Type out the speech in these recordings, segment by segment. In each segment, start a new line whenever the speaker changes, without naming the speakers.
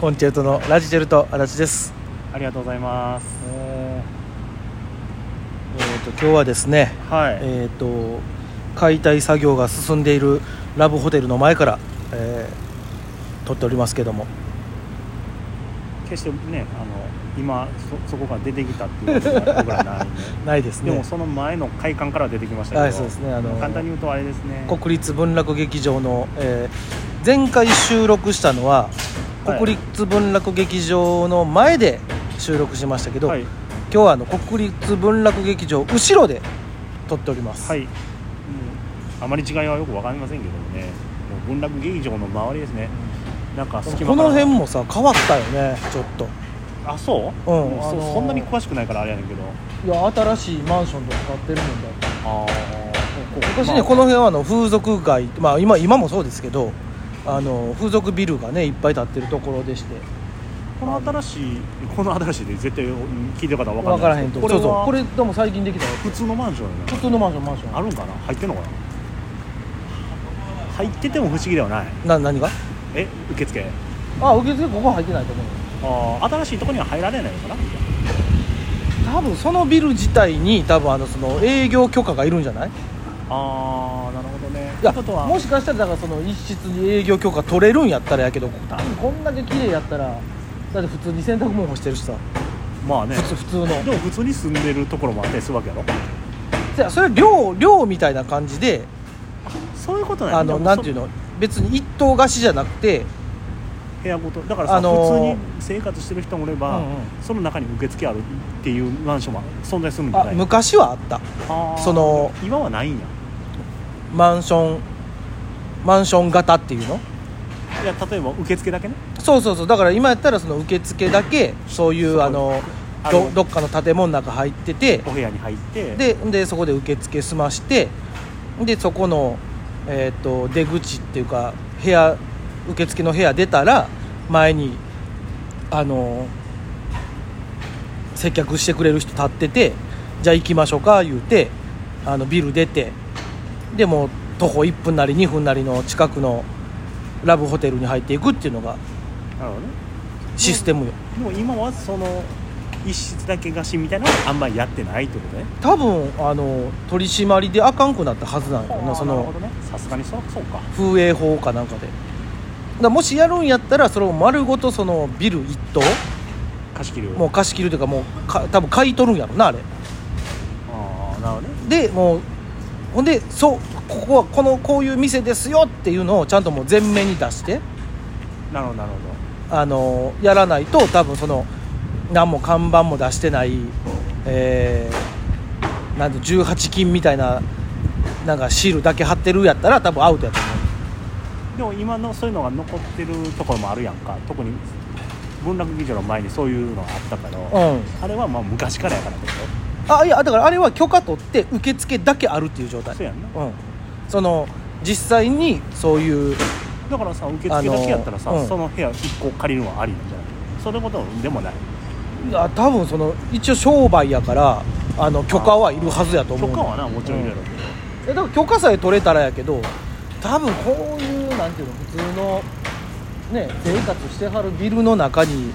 コンチェルトのラジチェルト足立です
ありがとうございます。
えーえーと今日はですね、
はい。
えー、と解体作業が進んでいるラブホテルの前から、えー撮っておりますけども
決してね、あの今そそこから出てきたっていうのは僕らないんで。
ない です
で
ね
もその前の会館から出てきましたけど。
はいそうですねあの
簡単に言うとあれですね。
国立文楽劇場の、えー前回収録したのは
はい
国立文楽劇場の前で収録しましたけど、
はい
今日はあの国立文楽劇場後ろで撮っております、
はい。うんあまり違いはよくわかりませんけどもね。もう文楽劇場の周りですね。なんか隙間
こ
から
の辺もさ変わったよねちょっと
あそう。
うん
もそ
あのー
そんなに詳しくないからあれやねんけど。
いや新しいマンションとか買ってるもんだって
ああ。
昔ね、この辺はあの風俗街、まあ、今今もそうですけどあの風俗ビルがねいっぱい建ってるところでして
この新しいこの新しいで絶対うん聞いてる方は
分
わ
か
かららな
へ
い
んと
これ
そうそう
は
これでも最近できたよ
普通のマンションやな。
普通のマンションマンショ
あ
ン
るんかな入ってんのかな入ってても不思議ではない
な何が
え受付
あ受付ここ入ってないと思う
あー新しいとこには入られないのかな
多分そのビル自体に多分あのその営業許可がいるんじゃない
ああなるほどね
いや
ってことは
もしかしたらだからその一室に営業許可取れるんやったらやけど多分こんだけ綺麗やったらだって普通に洗濯物干してるしさ、
まあね
普通普通の
でも普通に住んでるところもあったりするわけやろ
そやそれ寮寮みたいな感じで
そういうことなんや
あのなんていう
の
の別に一棟貸しじゃなくて
部屋ごとだからさ、
あのー
普通に生活してる人もおれば、
うんうん
その中に受付あるっていうマンションも存在するんじゃ
あ
ない
昔はあった
あー
その
今はないんや
マンションマンション型っていうの
いや例えば受付だけね
そうそうそうだから今やったらその受付だけそういうあの
あ
ど
の
どっかの建物の中入ってて
お部屋に入って
ででそこで受付済ましてでそこの、えー、と出口っていうか部屋受付の部屋出たら前にあの接客してくれる人立っててじゃあ行きましょうか言うてあのビル出てでもう徒歩1分なり2分なりの近くのラブホテルに入っていくっていうのが
なるほどね
システムよ
もう今はその一室だけ貸しみたいなのはあんまりやってないってことね
多分あの取り締まりであかんくなったはずなんよなそ
な
の
るほどねさすがにそうそうか
風営法かなんかでだからもしやるんやったらそれを丸ごとそのビル一棟
貸し切る
もう貸し切るというかもうか多分買い取るんやろなあれ
ああなるほどね
でもうほんでそうここはこのこういう店ですよっていうのをちゃんともう前面に出して
なるほどなるほ
あのやらないと多分その何も看板も出してない、えーなんて18金みたいななんかシールだけ貼ってるやったら多分アウトやと思う
どでも今のそういうのが残ってるところもあるやんか特に文楽劇場の前にそういうのがあったから、
うん
あれはまあ昔からやからってこ
あいやだからあれは許可取って受付だけあるっていう状
と
態
そうやんな
うん、その実際にそういう
だからさ受付だけやったらさ、
あのーうん
その部屋1個借りるのはありなんじゃないそれことでもない
いや多分その一応商売やからあの許可はいるはずやと思
許
う
可はなもちろんいるやろう
えだから許可さえ取れたらやけど多分こういうなんていうの普通のね生活してはるビルの中に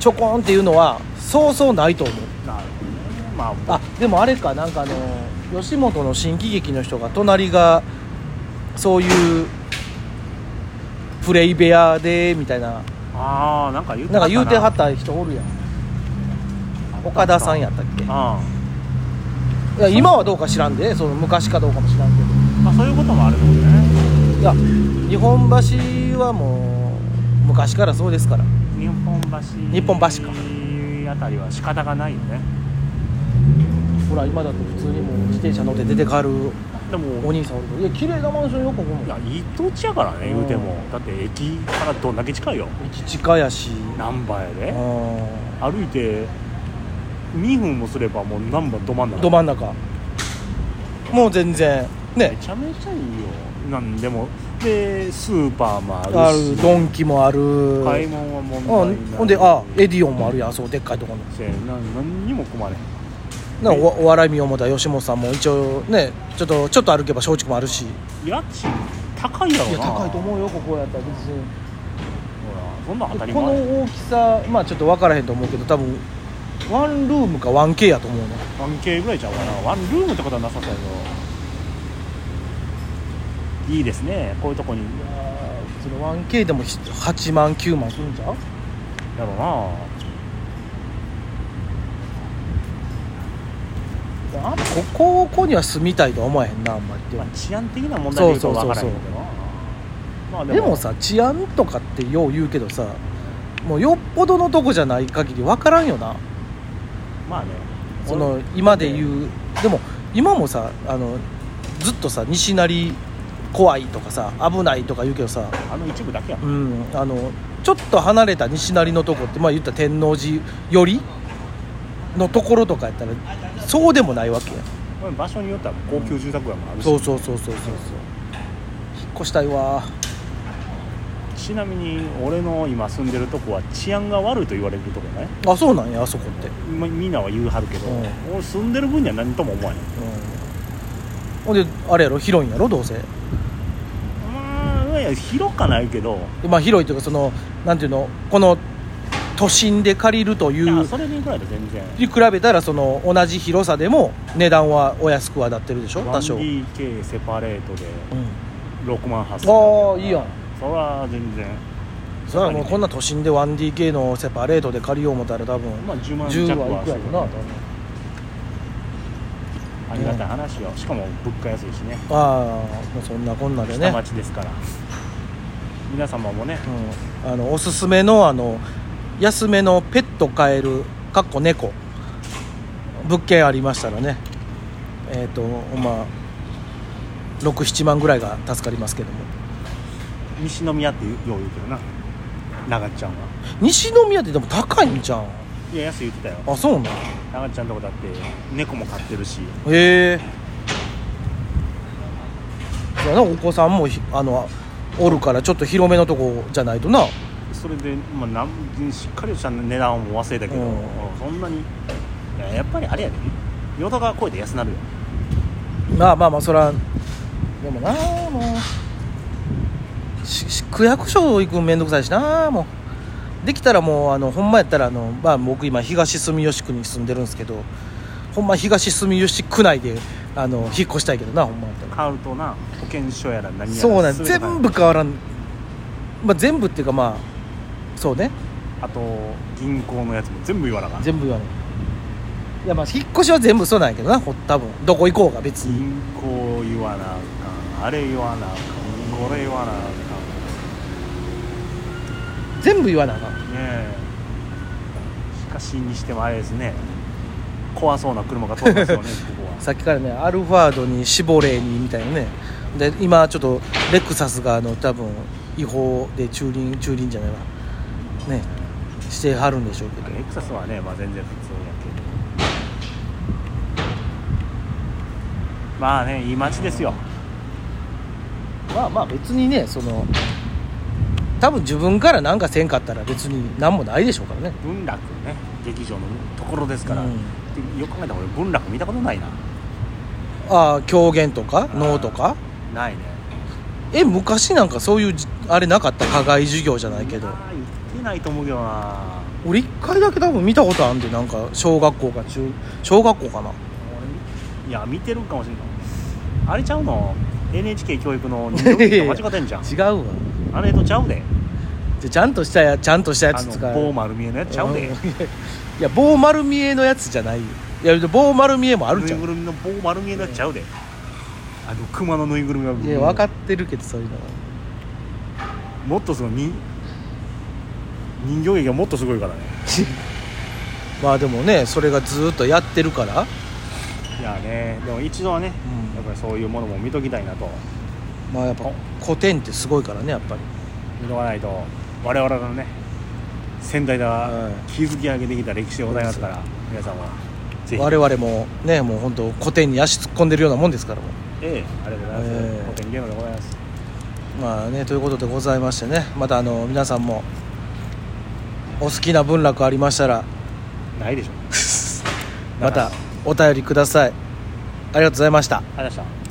ちょこんっていうのはそうそうないと思う
けどなるほどねまあ
あでもあれかなんかあの吉本の新喜劇の人が隣がそういうプレイ部屋でみたいな
あーなんか言う
なんか言うては
は
った人おるやん岡田さんやったっけ
あ
いや今はどうか知らんでその昔かどうかも知らんけ
あまあそういうこともあるもんね
どいや日本橋はもう昔からそうですから
日本橋
日本橋か
あたりは仕方がないよね
ほら今だって普通にもう自転車乗って出て帰る
でも
お兄さんおるけどいや綺麗なマンションよここも
いやいい土地やからね言うても
うん
だって駅からどんだけ近いよ
駅近やし
難波や
う
で
ん
歩いて2分もすればもう難波ど真ん中
ど真ん中もう全然
め
ね
ちゃめちゃいいよなんでもでスーパーもあるし
あるドンキもあるう
買い物は問題
んほんであエディオンもあるやんあそこでっかいとこの
せやな何にも困れへん
なんかおお笑い見よう思ったら吉本さんも一応ねちょっとちょっと歩けば松竹もあるしい
家賃高いやろな
思うよここやったら別に
ほらこんなん当たり
この
前
大きさまあちょっと分からへんと思うけど多分ワンルームか 1K やと思うの
1K ぐらいちゃうかなワンルームってことはなさそうやけどいいですねこういうとこに
その 1K でも8万9万するんちゃう
やろうな
あこここには住みたいとは思えへんなあんまりって、
まあ、治安的な問題でいうと分からへんけどなまあ
でもさ治安とかってよう言うけどさもうよっぽどのとこじゃない限り分からんよな
まあね
その今で
う
言うでも今もさあのずっとさ西成怖いとかさ危ないとか言うけどさ、
あの一部だけやも
うんん、あのちょっと離れた西成のとこってまあ言ったら天王寺寄りのところとかやったらそうでもないわけや
これ場所によっては高級住宅街もあるし、
そうそうそうそうそうそう引っ越したいわ
ちなみに俺の今住んでるとこは治安が悪いと言われるとこね
あそうなんやあそこって
まみんなは言うはるけど、
う
俺住んでる分には何とも思わへん
うんほんであれやろ広いんやろどうせ
うーんいや広かないけど
まあ広いというかそのなんていうのこの都心で借りるとい
いうやそれに比べて全然
に比べたらその同じ広さでも値段はお安くはなってるでしょ多少、うん、
1DK セパレートで6万8000
ああいいやん
それは全然
それはもうこんな都心で 1DK のセパレートで借りよう思ったら多分
まあ10万弱
10は
はいす
く
る
や
け
ろ
ど
な多分
ありがたい話よしかも物価安いしね
ああもうそんなこんなで
下
ね、
町ですから皆様もね
うん、あのおすすめのあの安めのペット飼えるかっこ猫物件ありましたらねえっ、とまあ67万ぐらいが助かりますけども
西宮ってよう言うけどな長ちゃんは
西宮ってでも高いんじゃん
いや安い言ってたよ
あそうなん
長ちゃんのとこだって猫も飼ってるし
へえいやなお子さんもひあのおるからちょっと広めのとこじゃないとな
それで、まあ、なんしっかりした値段も忘れたけど、
うん
そんなにいややっぱりあれやで淀川越えて安なるよ
まあまあまあそらでもなもうしし区役所行くんめんどくさいしなもうできたらもうあのほんまやったらあの、まあ、僕今東住吉区に住んでるんですけどほんま東住吉区内であの引っ越したいけどなほんまやったら
買うとな保険証やら何やら
そうなん
全てが
全部変わらん、まあ、全部っていうかまあそうね
あと銀行のやつも全部言わなあかった
全部言わないいやまあ引っ越しは全部そうなんやけどなほ多分どこ行こうが別に
銀行言わなあかんあれ言わなあかんこれ言わなあかん
全部言わなあかん
ねえしかしにしてもあれですね怖そうな車が通りますよねここは
さっきからねアルファードにシボレーにみたいなねで今ちょっとレクサスがあの多分違法で駐輪駐輪じゃないわねしてはるんでしょうけど
エクサスはね、まあ、全然普通やけどまあねいい街ですよ
まあまあ別にねその多分自分からなんかせんかったら別に何もないでしょうからね
文楽ね劇場のところですから、
うん
でよく考えたら俺文楽見たことないな
ああ狂言とか能とか
ないね
え昔なんかそういうじあれなかった課外授業じゃないけど
あー行ってないと思うけどな
俺一回だけ多分見たことあるんでなんか小学校か中小学校かな
俺いや見てるかもしれないあれちゃうの NHK 教育の二度見と間違ってん じゃん
違うわ
あれとちゃうで
でちゃんとしたやちゃんとしたや
あ
つ
の
使う
棒丸見えのやつちゃうで
んいや棒丸見えのやつじゃないよいや棒丸見えもある
ぬ
じ
い
ゃん
ぐるみの棒丸見えのやつちゃうであの熊のぬいぐるみが
いや分かってるけどそういうのは
もっとその人人形劇がもっとすごいからね
まあでもねそれがずーっとやってるから
いやねでも一度はね、
うん
やっぱりそういうものも見ときたいなと
まあやっぱ古典ってすごいからねやっぱり
見とかないと我々のね先代が
はい
築き上げてきた歴史でございますから、皆さんもぜひ
我々もねもう本当古典に足突っ込んでるようなもんですからもう
ええありがとうございます、
ええ
古典芸能でございます
まあねということでございましてねまたあの皆さんもお好きな文楽ありましたら
ないでしょ
またお便りくださいありがとうございました
ありがとうございました